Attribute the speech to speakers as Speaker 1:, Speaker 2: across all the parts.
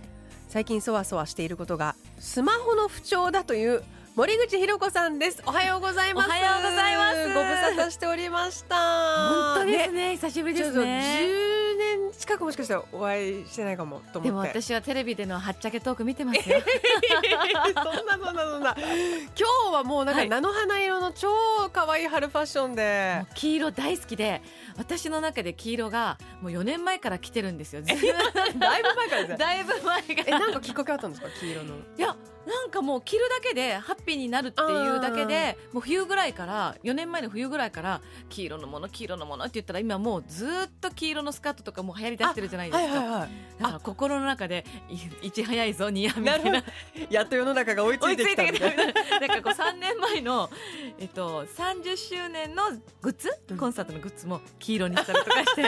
Speaker 1: 最近そわそわしていることがスマホの不調だという森口博子さんですおはようございます
Speaker 2: おはようございます
Speaker 1: ご無沙汰しておりました
Speaker 2: 本当ですね久しぶり
Speaker 1: ち
Speaker 2: で
Speaker 1: ょっ
Speaker 2: す
Speaker 1: と10
Speaker 2: ね
Speaker 1: 年近くもしかしたらお会いしてないかもと思って
Speaker 2: でも私はテレビでのはっちゃけトーク見てますよ
Speaker 1: そんなそんなそんな今日はもうなんか
Speaker 2: はい
Speaker 1: 菜の花色の超可愛い春ファッションで
Speaker 2: もう黄色大好きで私の中で黄色がもう4年前から来てるんですよずっ
Speaker 1: だいぶ前からです
Speaker 2: と
Speaker 1: ね
Speaker 2: だいぶ前か
Speaker 1: え
Speaker 2: ら
Speaker 1: なんかきっかけあったんですか黄色の
Speaker 2: いやなんかもう着るだけでハッピーになるっていうだけでもう冬ぐらいから4年前の冬ぐらいから黄色のもの黄色のものって言ったら今もうずっと黄色のスカートとかもう流行り出してるじゃないですか、
Speaker 1: はい
Speaker 2: だから心の中でいいち早いぞ似合うみた
Speaker 1: ないるほ
Speaker 2: な
Speaker 1: どやっと世の中が追いつ
Speaker 2: 追
Speaker 1: い
Speaker 2: いつ
Speaker 1: てき
Speaker 2: い
Speaker 1: た
Speaker 2: て
Speaker 1: み
Speaker 2: き
Speaker 1: た
Speaker 2: た
Speaker 1: い
Speaker 2: みたい ななんかこう3年前の、えっと、30周年のグッズ
Speaker 1: うん
Speaker 2: コンサートのグッズも黄色にしたりとかして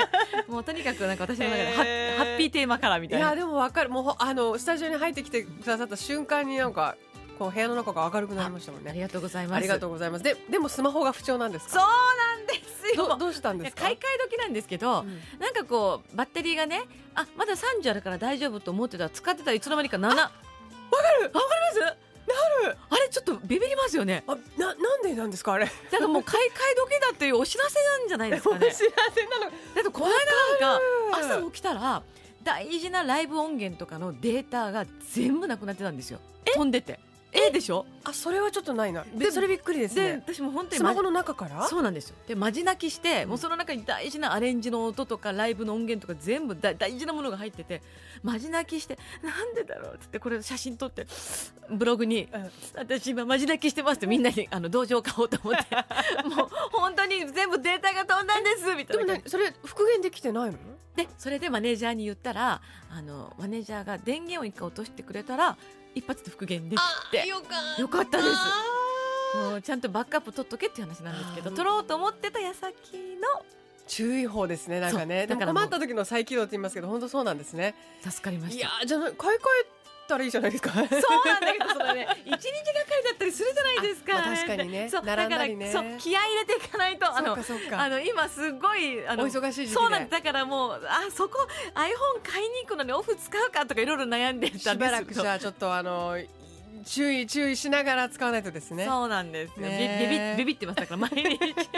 Speaker 2: もうとにかくなんか私の中でハッ,、
Speaker 1: へー
Speaker 2: ハッピーテーマからみた
Speaker 1: ないい
Speaker 2: な
Speaker 1: やでもわかるもうほあのスタジオに入ってきてくださった瞬間になんかこう部屋の中が明るくなりましたもん
Speaker 2: あり
Speaker 1: ね
Speaker 2: がとうございます
Speaker 1: ありがと
Speaker 2: う
Speaker 1: うございますででもスマホが不調なんです
Speaker 2: そう
Speaker 1: か
Speaker 2: なんです
Speaker 1: ど
Speaker 2: よ
Speaker 1: どうしたん
Speaker 2: い
Speaker 1: で
Speaker 2: や
Speaker 1: すか
Speaker 2: 買い替え時なんですけど、
Speaker 1: うん
Speaker 2: なんかこうバッテリーがねあまだ30あるから大丈夫と思ってたら使ってたらいつの間にか7わかるわかりますなるあれちょっとビビりますよね
Speaker 1: あななんでなんですかあれ
Speaker 2: だからもう買い替え時だっていう お知らせなんじゃないで すかね
Speaker 1: 知らせなの
Speaker 2: だってこの間なんか
Speaker 1: わかる
Speaker 2: 朝起きたら大事なライブ音源とかのデータが全部なくなってたんですよ飛んでてえでしょ
Speaker 1: あそれはちょっとないな
Speaker 2: で
Speaker 1: それびっくりです
Speaker 2: で
Speaker 1: ね
Speaker 2: 私も本当に
Speaker 1: スマホの中から
Speaker 2: そうなんですよでマジ泣きして、
Speaker 1: うん
Speaker 2: もうその中に大事なアレンジの音とかライブの音源とか全部だ大事なものが入っててマジ泣きしてなんでだろうって言ってこれ写真撮ってブログに
Speaker 1: うん
Speaker 2: 「私今マジ泣きし てます」ってみんなにあの同情を買おうと思ってもう本当に全部データが飛んだんですみた
Speaker 1: で
Speaker 2: いな
Speaker 1: も
Speaker 2: 感
Speaker 1: ね
Speaker 2: じ
Speaker 1: それ復元できてないの
Speaker 2: でそれでマネージャーに言ったらあのマネージャーが電源を一回落としてくれたら一発で復元できて
Speaker 1: よかった
Speaker 2: よかったですもうちゃんとバックアップ取っとけっていう話なんですけど
Speaker 1: あー
Speaker 2: 取ろうと思ってた矢先の
Speaker 1: 注意報ですねなんか
Speaker 2: そ
Speaker 1: ねで
Speaker 2: うだ
Speaker 1: も
Speaker 2: からもう
Speaker 1: 困った時の再起動って言いますけど本当そうなんですね
Speaker 2: 助かりま
Speaker 1: い
Speaker 2: し
Speaker 1: や
Speaker 2: た
Speaker 1: ーじゃあ買い替えたらいいじゃないですかそう
Speaker 2: そうなんだけどそれね 一日がかりだったりするじゃないですか、
Speaker 1: あまあ確かにね
Speaker 2: そうだ
Speaker 1: 並
Speaker 2: か
Speaker 1: んだ
Speaker 2: ら
Speaker 1: りね
Speaker 2: そう気合い入れていかないとあ
Speaker 1: そう
Speaker 2: の
Speaker 1: かそう
Speaker 2: あ
Speaker 1: か
Speaker 2: の今すごいあ
Speaker 1: お
Speaker 2: の
Speaker 1: 忙しい時期で
Speaker 2: そうなんですだからもうあそこ iPhone 買いに行くのにオフ使うかとかいろいろ悩んでた
Speaker 1: し
Speaker 2: んで
Speaker 1: ば
Speaker 2: す
Speaker 1: ら
Speaker 2: け
Speaker 1: く
Speaker 2: ど
Speaker 1: じゃあちょっとあの注意注意しながら使わないとですね
Speaker 2: そうなんですよ、
Speaker 1: ね
Speaker 2: ビビビビビってましたから毎日 今日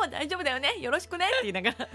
Speaker 2: は大丈夫だよねよろしくねって言いながら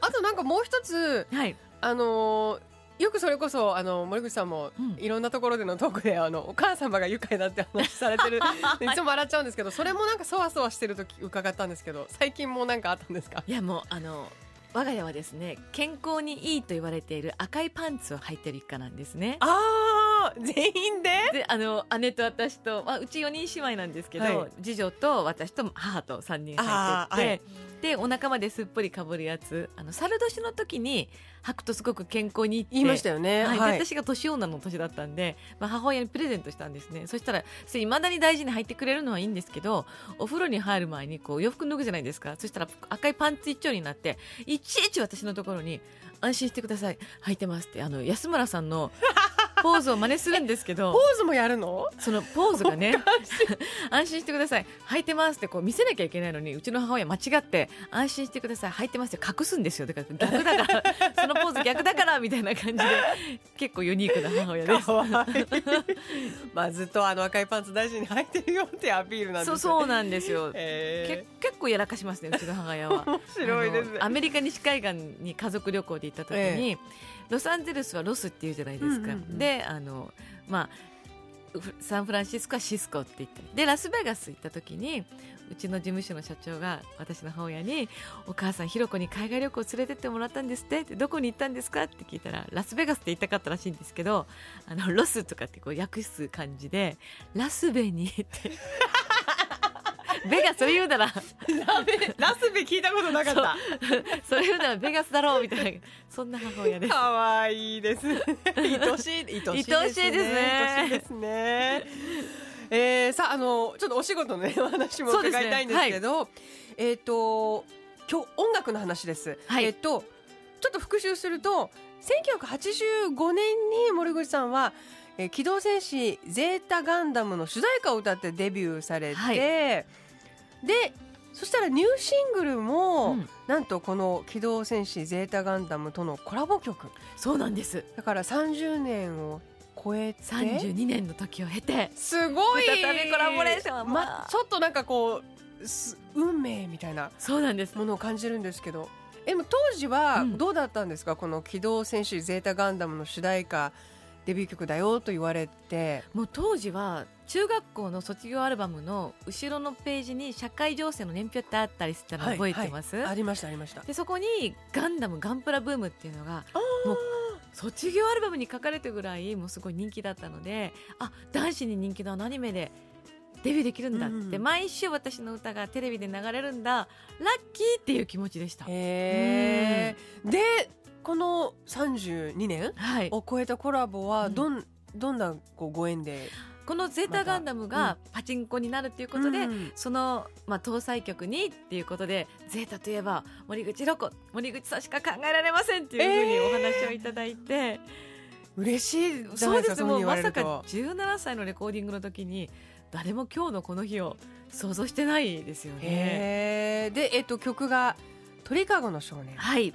Speaker 1: あとなんかもう一つ
Speaker 2: はい
Speaker 1: あのーよくそれこそあの森口さんも
Speaker 2: うん
Speaker 1: いろんなところでのトークであのお母様が愉快だって話され てるでいつも笑っちゃうんですけどそれもなんかそわそわしてる時伺ったんですけど最近もなんかあったんですか
Speaker 2: いやもうあの我が家はですね健康にいいと言われている赤いパンツを履いてる一家なんですね
Speaker 1: あー全員で
Speaker 2: であの姉と私と、まあ、うち4人姉妹なんですけど、
Speaker 1: はい
Speaker 2: 次女と私と母と3人入
Speaker 1: あー
Speaker 2: ってて、
Speaker 1: はい
Speaker 2: でお腹まですっぽりかぶるやつあの猿年の時に履くとすごく健康にいいって
Speaker 1: 言いましたよね
Speaker 2: はい、
Speaker 1: はい
Speaker 2: で私が年女の年だったんで、まあ、母親にプレゼントしたんですねそしたらいまだに大事に履いてくれるのはいいんですけどお風呂に入る前にこう洋服脱ぐじゃないですかそしたら赤いパンツ一丁になっていちいち私のところに「安心してください履いてます」ってあの安村さんのポーズを真似するんですけ
Speaker 1: ポ
Speaker 2: ど
Speaker 1: ーズもやるの
Speaker 2: そのポーズがね「安心してください履いてます」ってこう見せなきゃいけないのにうちの母親間違って「安心してください履いてます」って隠すんですよだから逆だ からそのポーズ逆だからみたいな感じで結構ユニークな母親です。
Speaker 1: かわいい まあずっとあの赤いパンツ大事に履いてるよってアピールなんです
Speaker 2: そ
Speaker 1: よ
Speaker 2: う
Speaker 1: ね
Speaker 2: そうなんですよ。け
Speaker 1: え
Speaker 2: 結構やらかしますねうちの母親は。
Speaker 1: ー、面白いです
Speaker 2: あのアメリカ西海岸に家族旅行で行った時に、
Speaker 1: え
Speaker 2: ロサンゼルスはロスっていうじゃないですか、
Speaker 1: うんうんうん
Speaker 2: であのまあフサンフランシスコはシスコって言ったりでラスベガス行った時にうちの事務所の社長が私の母親に「お母さんひろこに海外旅行連れてってもらったんですって」って「どこに行ったんですか?」って聞いたら「ラスベガス」って言いたかったらしいんですけど「あのロス」とかってこう訳す感じで「ラスベに」って ベガそれ言うなら
Speaker 1: ラベラスベ聞いたことなかった
Speaker 2: それ言うならベガスだろうみたいなそんな母親です
Speaker 1: 可愛いですね愛しい愛しい
Speaker 2: 愛しいですね
Speaker 1: 愛しいですねえー、さああのちょっとお仕事の、ね、お話も
Speaker 2: そう
Speaker 1: 伺
Speaker 2: ですね
Speaker 1: いたいんですけどえっ、と今日音楽の話です、
Speaker 2: はい
Speaker 1: えっ、とちょっと復習すると1985年に森口さんは「えー機動戦士ゼータガンダム」の主題歌を歌ってデビューされて、
Speaker 2: はい
Speaker 1: でそしたらニューシングルも、
Speaker 2: うん
Speaker 1: なんとこの「機動戦士ゼータガンダム」とのコラボ曲
Speaker 2: そうなんです
Speaker 1: だから30年を超えて
Speaker 2: 32年の時を経て
Speaker 1: すごい
Speaker 2: 再びコラボレーションはまあ
Speaker 1: まちょっとなんかこうす運命みたいな
Speaker 2: そうなんです
Speaker 1: ものを感じるんですけどえでも当時は
Speaker 2: うん
Speaker 1: どうだったんですか、この「機動戦士ゼータガンダム」の主題歌デビュー曲だよと言われて
Speaker 2: もう当時は中学校の卒業アルバムの後ろのページに社会情勢の年表ってあったりしたの覚えてます、
Speaker 1: ありましたありました
Speaker 2: でそこにガンダムガンプラブームっていうのがもう卒業アルバムに書かれてるぐらいもうすごい人気だったのであ男子に人気のあのアニメでデビューできるんだって、
Speaker 1: うん
Speaker 2: 毎週私の歌がテレビで流れるんだラッキーっていう気持ちでした。
Speaker 1: へえでこの32年
Speaker 2: はい、
Speaker 1: を超えたコラボはどん、どんなこうご縁で
Speaker 2: この「ゼータガンダム」
Speaker 1: まだ
Speaker 2: がパチンコになるっていうことで、
Speaker 1: うん
Speaker 2: その、まあ、搭載曲にっていうことで「ゼータといえば森口ロコ森口さんしか考えられません」っていうふうにお話をいただいて。
Speaker 1: 嬉しいじゃないですかい
Speaker 2: そうです
Speaker 1: ふ
Speaker 2: も
Speaker 1: に
Speaker 2: う
Speaker 1: 言わ
Speaker 2: ま
Speaker 1: れ
Speaker 2: さ
Speaker 1: ると
Speaker 2: か17歳のレコーディングの時に誰も今日のこの日を想像してないですよね。
Speaker 1: へえで、えっと、曲が「鳥かごの少年
Speaker 2: はい」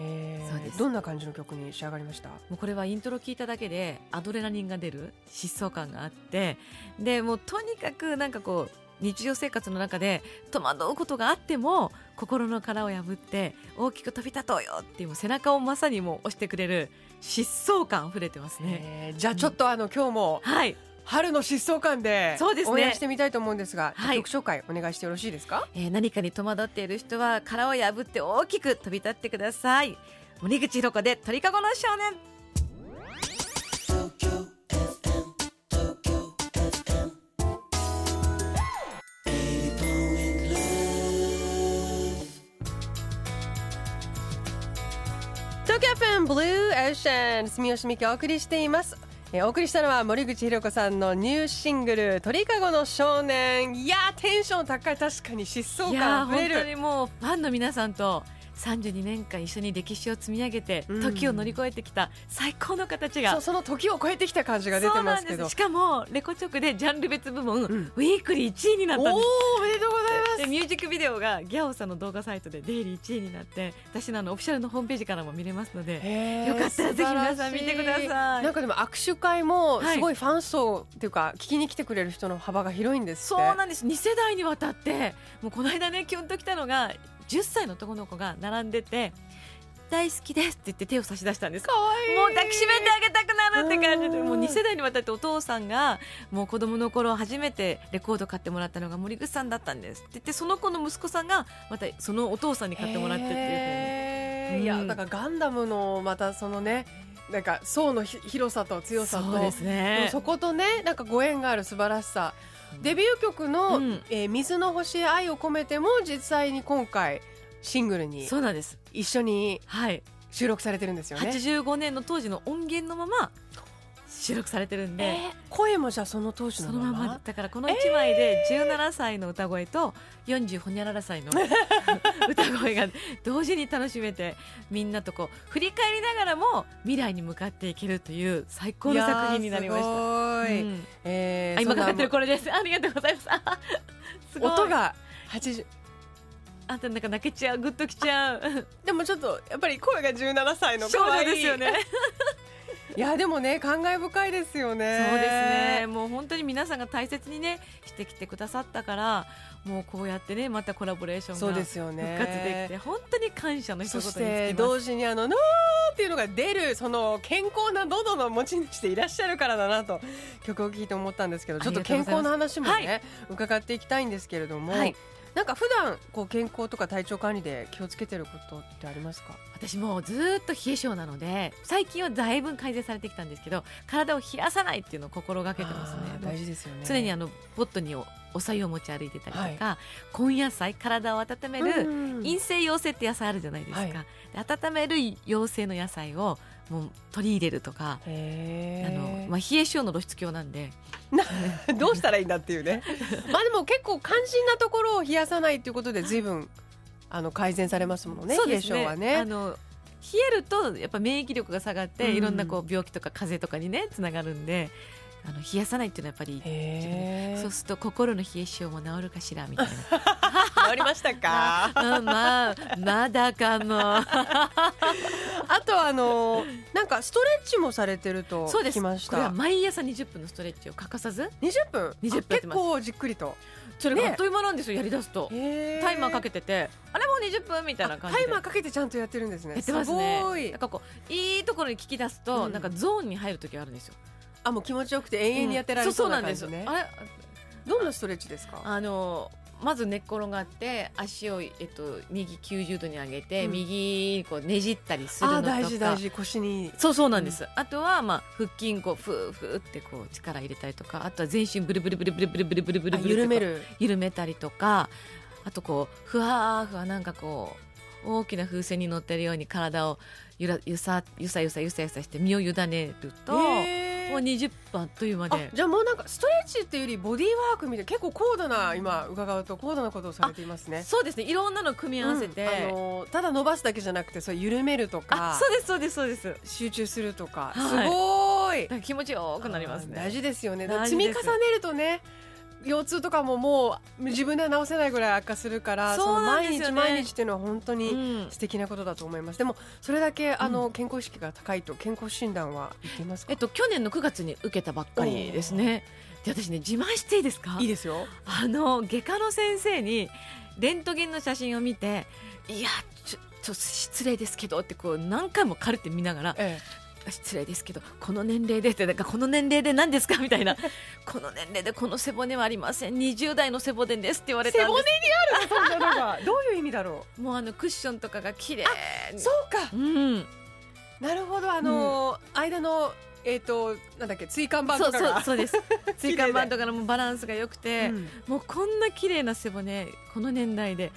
Speaker 1: へ
Speaker 2: そうです
Speaker 1: どんな感じの曲に仕上がりました
Speaker 2: もうこれはイントロ聞いただけでアドレナリンが出る疾走感があってでもうとにかくなんかこう日常生活の中で戸惑うことがあっても心の殻を破って大きく飛び立とうよっていうもう背中をまさにもう押してくれる疾走感あふれてますね。
Speaker 1: えーじゃあちょっとあの今日も
Speaker 2: はい
Speaker 1: 春の疾走感で
Speaker 2: そうですね
Speaker 1: 応援してみたいと思うんですが
Speaker 2: はい
Speaker 1: 曲紹介お願いしてよろしいですか
Speaker 2: えー何かに戸惑っている人は殻を破って大きく飛び立ってください森口博子で鳥かごの少年
Speaker 3: 東京フェンブルーエーシャン住吉美希お送りしていますえーお送りしたのは森口博子さんのニューシングル「鳥かごの少年」いやーテンション高い確かに疾
Speaker 2: い
Speaker 1: い
Speaker 3: 走
Speaker 1: や
Speaker 2: や
Speaker 1: ー
Speaker 2: ー本当にもうファンの皆さんと32年間一緒に歴史を積み上げて
Speaker 1: うん
Speaker 2: 時を乗り越えてきた最高の形が、
Speaker 1: そうその時を超えてきた感じが出
Speaker 2: そ
Speaker 1: て
Speaker 2: う
Speaker 1: ま
Speaker 2: な
Speaker 1: す
Speaker 2: ん
Speaker 1: け
Speaker 2: で
Speaker 1: ど
Speaker 2: すしかもレコチョクでジャンル別部門、
Speaker 1: ん
Speaker 2: ウィークリー1位になったん
Speaker 1: お
Speaker 2: です
Speaker 1: おおめでとうございます
Speaker 2: でミュージックビデオがギャオさんの動画サイトでデイリー1位になって私のあのオフィシャルのホームページからも見れますので
Speaker 1: へー
Speaker 2: よかったらぜひ皆さん見てくだ
Speaker 1: 素晴らし
Speaker 2: さい
Speaker 1: なんかでも握手会も
Speaker 2: はい
Speaker 1: すごいファン層っていうか聞きに来てくれる人の幅が広いんですっ
Speaker 2: そう
Speaker 1: て
Speaker 2: なんです2世代にわたってもうこの間ねキュンときたのが10歳の男の子が並んでて「大好きです」って言って手を差し出したんです
Speaker 1: かわいい
Speaker 2: もう抱きしめてあげたくなるって感じで
Speaker 1: うん
Speaker 2: もう2世代にわたってお父さんがもう子供の頃初めてレコード買ってもらったのが森口さんだったんですって言ってその子の息子さんがまたそのお父さんに買ってもらってっていう
Speaker 1: へー
Speaker 2: うん
Speaker 1: いやだからガンダムのまたそのねなんか層のひ広さと強さと
Speaker 2: そうです
Speaker 1: でも
Speaker 2: ね
Speaker 1: そことねなんかご縁がある素晴らしさ
Speaker 2: うん
Speaker 1: デビュー曲の「
Speaker 2: うん
Speaker 1: えー水の星へ愛を込めて」も実際に今回シングルに
Speaker 2: そうなんです
Speaker 1: 一緒に
Speaker 2: はい
Speaker 1: 収録されてるんですよね。
Speaker 2: 85年の当時の音源のまま収録されてるんで、
Speaker 1: えー声もじゃあその当時の
Speaker 2: そのま
Speaker 1: まま
Speaker 2: まだからこの1枚で17歳の歌声と40ほにゃら ら歳の歌声が同時に楽しめてみんなとこう振り返りながらも未来に向かっていけるという最高
Speaker 1: い
Speaker 2: の
Speaker 1: やー
Speaker 2: 作品になりまし
Speaker 1: す
Speaker 2: た。
Speaker 1: ごい
Speaker 2: うん
Speaker 1: え
Speaker 2: あ
Speaker 1: ー
Speaker 2: 今
Speaker 1: そん
Speaker 2: か
Speaker 1: な
Speaker 2: かってるこれです。 ありがとうございます。あすごい
Speaker 1: 音が80
Speaker 2: あんたなんか泣けちゃう、グッときちゃう。
Speaker 1: でもちょっとやっぱり声が17歳の
Speaker 2: 少
Speaker 1: 可愛
Speaker 2: 女
Speaker 1: い
Speaker 2: ですよね。
Speaker 1: いやでもね感慨深いですよね
Speaker 2: そうですねもう本当に皆さんが大切にねしてきてくださったからもうこうやってねまたコラボレーション
Speaker 1: そう
Speaker 2: が
Speaker 1: で
Speaker 2: 復
Speaker 1: すよね
Speaker 2: 活できて本当に感謝の一
Speaker 1: そ
Speaker 2: 言
Speaker 1: し
Speaker 2: に尽きます
Speaker 1: て同時にあの「なー」っていうのが出るその健康な喉の持ち主でいらっしゃるからだなと曲を聴いて思ったんですけどちょっと
Speaker 2: ありがとう
Speaker 1: 健
Speaker 2: ございます
Speaker 1: 康の話もね、
Speaker 2: は
Speaker 1: 伺っていきたいんですけれども、
Speaker 2: はい
Speaker 1: なんか普段こう健康とか体調管理で気をつけてることってありますか
Speaker 2: 私もうずーっと冷え性なので最近はだいぶ改善されてきたんですけど体を冷やさないっていうのを心がけてますね
Speaker 1: あー大事ですよね
Speaker 2: 常にあのポットにおお白湯を持ち歩いてたりとか、根野菜体を温める
Speaker 1: うん
Speaker 2: 陰性陽性って野菜あるじゃないですか、
Speaker 1: はい
Speaker 2: で温める陽性の野菜をもう取り入れるとか、
Speaker 1: へ
Speaker 2: あ
Speaker 1: ー
Speaker 2: のまあ、冷え性の露出狂なんで
Speaker 1: どうしたらいいんだっていう ねまあでも結構肝心なところを冷やさないっていうことで随分あの改善されますものね
Speaker 2: そうです
Speaker 1: 冷え性
Speaker 2: ね
Speaker 1: はね
Speaker 2: あの冷えるとやっぱ免疫力が下がって、
Speaker 1: うん
Speaker 2: いろんなこう病気とか風邪とかにねつながるんであの冷やさないっていうのはやっぱり
Speaker 1: へ
Speaker 2: そう
Speaker 1: ー
Speaker 2: すると心の冷え性も治るかしらみたい な
Speaker 1: 治りましたか
Speaker 2: あまあまだかも
Speaker 1: あとあのなんかストレッチもされてると
Speaker 2: そうです
Speaker 1: 聞きまし
Speaker 2: これは
Speaker 1: た
Speaker 2: 毎朝20分のストレッチを欠かさず
Speaker 1: 20分
Speaker 2: 20分やって
Speaker 1: 結
Speaker 2: ます
Speaker 1: 構じっくりと
Speaker 2: それが
Speaker 1: ね
Speaker 2: あっという間なんですよやりだすと、タ
Speaker 1: タ
Speaker 2: イマーかけ
Speaker 1: て
Speaker 2: ててあれもう20分みたいな感じ
Speaker 1: タ
Speaker 2: で
Speaker 1: イマーかけてちゃんとやってるんですね
Speaker 2: やってますね
Speaker 1: ごい
Speaker 2: なんかこういいところに聞き出すと、
Speaker 1: うん
Speaker 2: なんかゾーンに入る時があるんですよ
Speaker 1: あもう気持ちよくて永遠にやってられ
Speaker 2: そう
Speaker 1: そ
Speaker 2: そううな
Speaker 1: なん感
Speaker 2: で
Speaker 1: じ
Speaker 2: す
Speaker 1: ね、
Speaker 2: あれ
Speaker 1: どんなストレッチですか
Speaker 2: あのまず寝っ転がって足を、えっと、右90度に上げて、
Speaker 1: うん
Speaker 2: 右にこうねじったりするの
Speaker 1: あ
Speaker 2: とか
Speaker 1: 大事大事腰に
Speaker 2: そうそうなんです、あとは、まあ、腹筋こうふーふーってこう力入れたりとかあとは全身ブルブルブルブルブルブルブルブル
Speaker 1: あ
Speaker 2: ブル
Speaker 1: 緩める
Speaker 2: 緩めたりとかあとこうふわーふわなんかこう大きな風船に乗ってるように体をゆらゆさゆさゆさゆさゆさして身を委ねると、
Speaker 1: へー
Speaker 2: もう20分あっという間
Speaker 1: あ
Speaker 2: で。
Speaker 1: じゃあもうなんかストレッチっていうよりボディーワークみたいな結構高度な今伺うと高度なことをされていますね。
Speaker 2: そうですねいろんなの組み合わせて、
Speaker 1: うんあのーただ伸ばすだけじゃなくてそれ緩めると
Speaker 2: あ
Speaker 1: か
Speaker 2: そうですそうですそうですだか
Speaker 1: 集中するとか、
Speaker 2: はい
Speaker 1: すごーい
Speaker 2: ら気持ちよくなりますね
Speaker 1: あー大事ですよね
Speaker 2: 大
Speaker 1: 積
Speaker 2: 事
Speaker 1: み
Speaker 2: で
Speaker 1: 重
Speaker 2: す
Speaker 1: ねるとね腰痛とかももう自分では治せないぐらい悪化するから
Speaker 2: そうなんですよね
Speaker 1: の毎日毎日っていうのは本当
Speaker 2: う
Speaker 1: に
Speaker 2: ん
Speaker 1: 素敵なことだと思います、でもそれだけあの健康意識が高いと健康診断はいけますか、
Speaker 2: えっと去年の9月に受けたばっかりですねで私ね自慢していいですか
Speaker 1: いいですよ
Speaker 2: あの外科の先生にレントゲンの写真を見ていやちょちょっと失礼ですけどってこう何回も軽って見ながら
Speaker 1: え
Speaker 2: 失礼ですけどこの年齢でってなんかこの年齢で何ですかみたいな この年齢でこの背骨はありません20代の背骨ですって言わ
Speaker 1: え、
Speaker 2: れたん
Speaker 1: 背
Speaker 2: です
Speaker 1: 骨にあるのそんなのがどういう意味だろ
Speaker 2: もうあのクッションとかが綺麗
Speaker 1: う
Speaker 2: に
Speaker 1: そうか
Speaker 2: うん
Speaker 1: なるほどあのー、間のえっ、となんだっけ椎間板
Speaker 2: そ
Speaker 1: と
Speaker 2: う
Speaker 1: か
Speaker 2: そう
Speaker 1: が
Speaker 2: そうです
Speaker 1: 綺麗
Speaker 2: 椎
Speaker 1: で
Speaker 2: 間板とかのもうバランスが良くて、
Speaker 1: うん
Speaker 2: もうこんな綺麗な背骨この年代で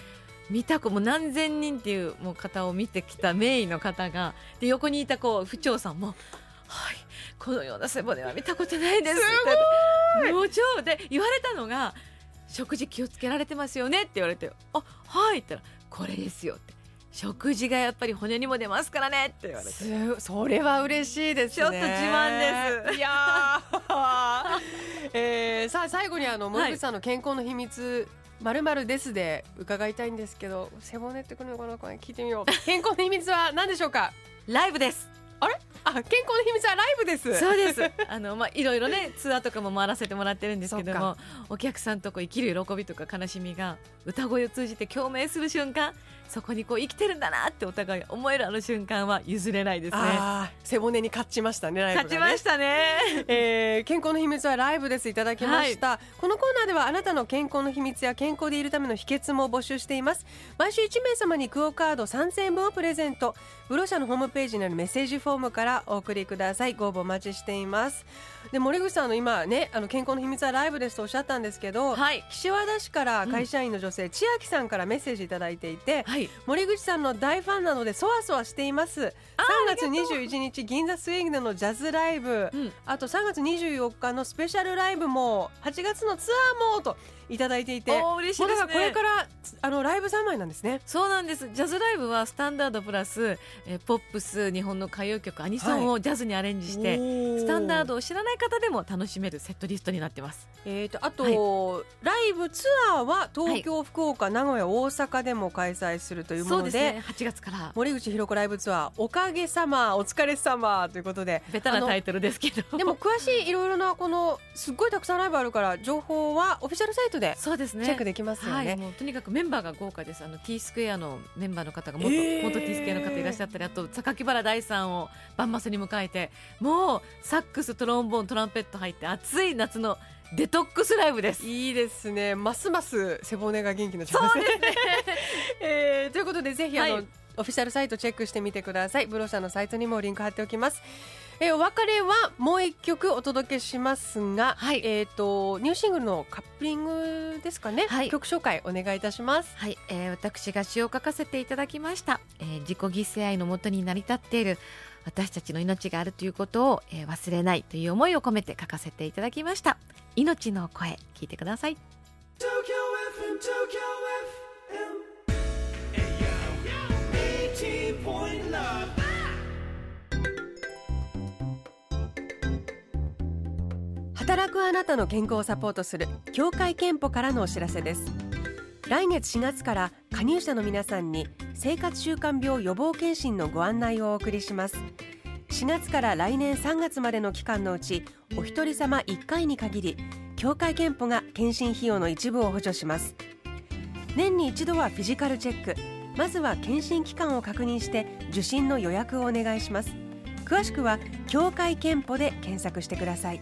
Speaker 2: 見た子もう何千人っていうもう方を見てきた名医の方がで横にいたこう府長さんも「はいこのような背骨は見たことないです」ってもう超で言われたのが「食事気をつけられてますよね」って言われて「あはい」って言ったら「これですよ」って「食事がやっぱり骨にも出ますからね」って言われて。
Speaker 1: すごいそれは嬉しいですね
Speaker 2: ちょっと自慢で
Speaker 1: い
Speaker 2: す
Speaker 1: やー えーさあ最後にあの
Speaker 2: はい
Speaker 1: 森口さんの健康の秘密まるまるですで伺いたいんですけど背骨ってくるのかなこれ聞いてみよう健康の秘密は何でしょうか
Speaker 2: ライブです
Speaker 1: あ健康の秘密はライブ です
Speaker 2: そうですあの、まあ、いろいろねツアーとかも回らせてもらってるんですけど
Speaker 1: そ
Speaker 2: もお客さんとこう生きる喜びとか悲しみが歌声を通じて共鳴する瞬間そこにこう生きてるんだなってお互い思えるあの瞬間は譲れないですね
Speaker 1: あー背骨に勝ちましたねライブが
Speaker 2: 勝
Speaker 1: ね
Speaker 2: ちましたね
Speaker 1: えー健康の秘密はライブですいただきました、このコーナーではあなたの健康の秘密や健康でいるための秘訣も募集しています毎週1名様にクオカード3000円分をプレゼントブロ社のホームページにあるメッセージフォームからお送りくださいご応募お待ちしていますで森口さんあの今ねあの健康の秘密はライブですとおっしゃったんですけど、
Speaker 2: はい
Speaker 1: 岸和田市から会社員の女性、千秋さんからメッセージいただいていて、
Speaker 2: はい
Speaker 1: 森口さんの大ファンなのでそわそわしています3月21日銀座スウィングでのジャズライブ、
Speaker 2: うん
Speaker 1: あと3月24日のスペシャルライブも8月のツアーもといただいていて
Speaker 2: おー嬉しいですね
Speaker 1: もうだからこれからあのライブ三枚なんですね
Speaker 2: そうなんですジャズライブはスタンダードプラス、えーポップス日本の歌謡曲アニソンをジャズにアレンジして、スタンダードを知らない方でも楽しめるセットリストになってます
Speaker 1: えー、とあと、ライブツアーは東京、福岡名古屋大阪でも開催するというも
Speaker 2: そう
Speaker 1: の
Speaker 2: で
Speaker 1: です
Speaker 2: ね8月から
Speaker 1: 森口博子ライブツアー「おかげさまお疲れさま」ということで
Speaker 2: ベタなタイトルですけど
Speaker 1: でも詳しいいろいろなこのすっごいたくさんライブあるから情報はオフィシャルサイトで
Speaker 2: そうですね
Speaker 1: チェックできますよ
Speaker 2: はい、
Speaker 1: ね。
Speaker 2: もうとにかくメンバーが豪華です。あの T スクエアのメンバーの方が元、
Speaker 1: えー
Speaker 2: 元 T スクエアの方いらっしゃったり、あと榊原大さんをバンマスに迎えて、もうサックス、トロンボーン、トランペット入って暑い夏のデトックスライブです。
Speaker 1: いいですね。ますます背骨が元気になっちゃいますね。 えーということでぜひあの、
Speaker 2: はい
Speaker 1: オフィシャルサイトチェックしてみてください。ブロシャのサイトにもリンク貼っておきます。えーお別れはもう一曲お届けしますが、
Speaker 2: はい
Speaker 1: えっ、とニューシングルのカップリングですかね。
Speaker 2: はい
Speaker 1: 曲紹介お願いいたします。
Speaker 2: はい、えー私が詩を書かせていただきました、えー自己犠牲愛のもとに成り立っている私たちの命があるということを、えー忘れないという思いを込めて書かせていただきました命の声聞いてください
Speaker 4: Tokyo FM, Tokyo FM. Hey yo, 18.9. Love.
Speaker 1: 働くあなたの健康をサポートする協会憲法からのお知らせです来月4月から加入者の皆さんに生活習慣病予防検診のご案内をお送りします4月から来年3月までの期間のうちお一人様1回に限り協会憲法が検診費用の一部を補助します年に一度はフィジカルチェックまずは検診期間を確認して受診の予約をお願いします詳しくは協会憲法で検索してください